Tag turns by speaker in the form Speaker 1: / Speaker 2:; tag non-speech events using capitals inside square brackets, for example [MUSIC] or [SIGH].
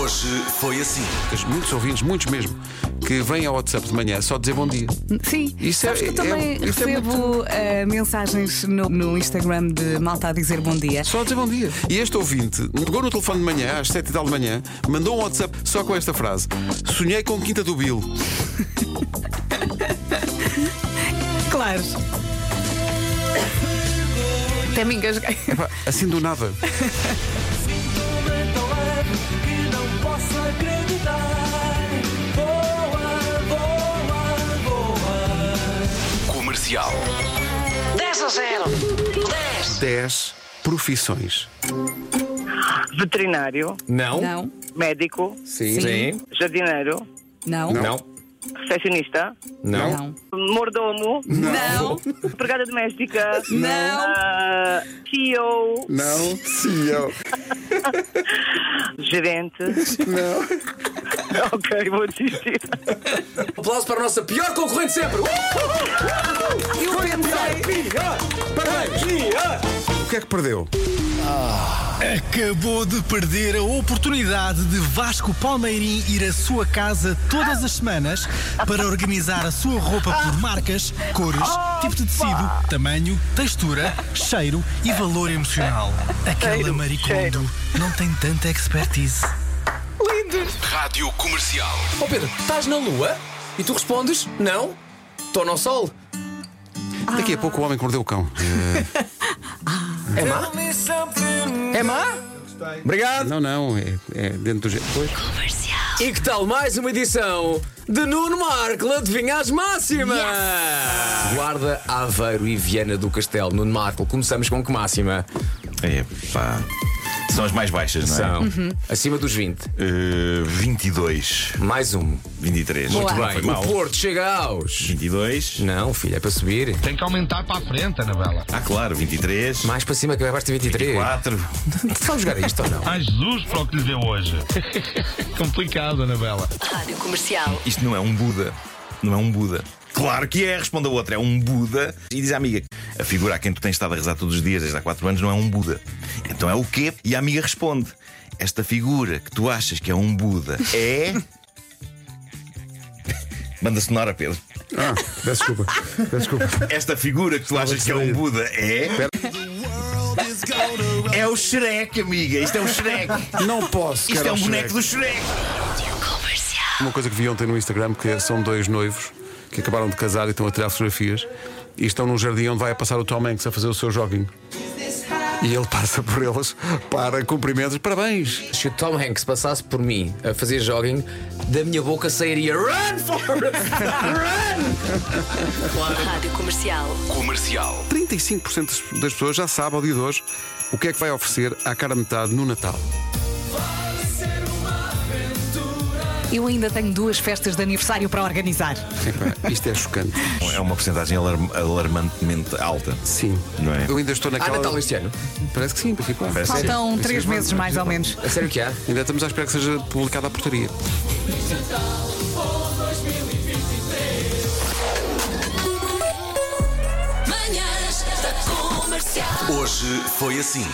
Speaker 1: Hoje foi assim.
Speaker 2: Tens muitos ouvintes, muitos mesmo, que vêm ao WhatsApp de manhã só dizer bom dia.
Speaker 3: Sim,
Speaker 2: Isso
Speaker 3: sabes
Speaker 2: é-
Speaker 3: que eu também
Speaker 2: é- isso é
Speaker 3: recebo eh, mensagens no, no Instagram de malta a dizer bom dia.
Speaker 2: Só a dizer bom dia. E este ouvinte pegou no telefone de manhã, às 7 e tal da manhã, mandou um WhatsApp só com esta frase: Sonhei com Quinta do Bill.
Speaker 3: Claro. Até me engasguei.
Speaker 2: Epá, assim do nada.
Speaker 4: Sinto-me tão leve que não posso acreditar. Boa, boa, boa.
Speaker 1: Comercial.
Speaker 5: 10 a 0. 10.
Speaker 2: 10 profissões.
Speaker 6: Veterinário,
Speaker 7: Não.
Speaker 3: Não,
Speaker 6: médico,
Speaker 2: Sim.
Speaker 7: Sim.
Speaker 6: jardineiro,
Speaker 3: não,
Speaker 2: Não.
Speaker 7: Não.
Speaker 6: recepcionista,
Speaker 7: Não.
Speaker 3: não,
Speaker 6: mordomo,
Speaker 3: não,
Speaker 6: empregada doméstica,
Speaker 3: não,
Speaker 6: ah, CEO,
Speaker 2: Não. Sim, eu.
Speaker 6: gerente.
Speaker 2: Não.
Speaker 6: [LAUGHS] ok, vou desistir.
Speaker 7: Aplausos para a nossa pior concorrente sempre.
Speaker 3: Eu pensei.
Speaker 2: O que é que perdeu?
Speaker 8: Acabou de perder a oportunidade de Vasco Palmeirim ir à sua casa todas as semanas para organizar a sua roupa por marcas, cores, tipo de tecido, tamanho, textura, cheiro e valor emocional. Aquela maricondo não tem tanta expertise.
Speaker 1: Rádio Comercial.
Speaker 7: Ó Pedro, estás na lua? E tu respondes, não. Estou no sol.
Speaker 2: Daqui a pouco o homem que mordeu o cão.
Speaker 7: É má? É má? Obrigado.
Speaker 2: Não, não, é, é dentro do jeito. Pois.
Speaker 7: E que tal mais uma edição de Nuno Marco Adivinha as Máximas? Guarda, Aveiro e Viana do Castelo. Nuno Marco, começamos com que máxima?
Speaker 9: Epá. São as mais baixas, não é?
Speaker 7: São Uhum. acima dos 20.
Speaker 9: Eh, 22,
Speaker 7: Mais um.
Speaker 9: 23.
Speaker 3: Muito
Speaker 9: Não
Speaker 7: Bem,
Speaker 9: Ah, Foi
Speaker 7: o
Speaker 9: mal.
Speaker 7: Porto chega aos.
Speaker 9: 22.
Speaker 7: Não, filha, é para subir.
Speaker 8: Tem que aumentar para a frente, Anabela.
Speaker 9: Ah, claro, 23.
Speaker 7: Mais para cima que vai basta 23.
Speaker 9: 4.
Speaker 7: Vamos jogar isto ou não?
Speaker 8: Ai Jesus para o que lhe deu hoje. [LAUGHS] Complicado, Anabela.
Speaker 5: Rádio Comercial.
Speaker 9: Isto não é um Buda. Não é um Buda. Claro que é, responde a outra. É um Buda. E diz a amiga: A figura a quem tu tens estado a rezar todos os dias desde há 4 anos não é um Buda. Então é o quê? E a amiga responde: Esta figura que tu achas que é um Buda é. [LAUGHS] Manda sonora, Pedro.
Speaker 2: Ah, peço desculpa. Peço desculpa.
Speaker 9: Esta figura que tu achas que é um Buda é. É o Shrek, amiga. Isto é o Shrek.
Speaker 2: Não posso.
Speaker 9: Isto
Speaker 2: cara,
Speaker 9: é um
Speaker 2: ao
Speaker 9: boneco
Speaker 2: Shrek.
Speaker 9: do Shrek.
Speaker 2: Uma coisa que vi ontem no Instagram que são dois noivos que acabaram de casar e estão a tirar fotografias e estão num jardim onde vai passar o Tom Hanks a fazer o seu joguinho. E ele passa por eles, para cumprimentos, parabéns.
Speaker 7: Se o Tom Hanks passasse por mim a fazer jogging, da minha boca sairia Run Forrest! [LAUGHS] Run!
Speaker 5: Rádio Comercial.
Speaker 1: Comercial.
Speaker 2: 35% das- das pessoas já sabem ao dia de hoje o que é que vai oferecer à cara metade no Natal.
Speaker 3: Eu ainda tenho duas festas de aniversário para organizar.
Speaker 2: Epá, isto é chocante.
Speaker 9: É uma porcentagem alarm- alarmantemente alta.
Speaker 2: Sim.
Speaker 9: Não é?
Speaker 2: Eu ainda estou
Speaker 7: Há
Speaker 2: naquela.
Speaker 7: Ah, Natal este ano?
Speaker 2: Parece que sim, porque, claro.
Speaker 9: Parece que
Speaker 3: Faltam
Speaker 2: Isso é
Speaker 3: três
Speaker 2: bom,
Speaker 3: meses
Speaker 2: isso é
Speaker 3: mais ou
Speaker 2: bom.
Speaker 3: menos.
Speaker 7: A sério que há?
Speaker 2: Ainda estamos à espera que seja publicada a portaria.
Speaker 1: Hoje foi assim.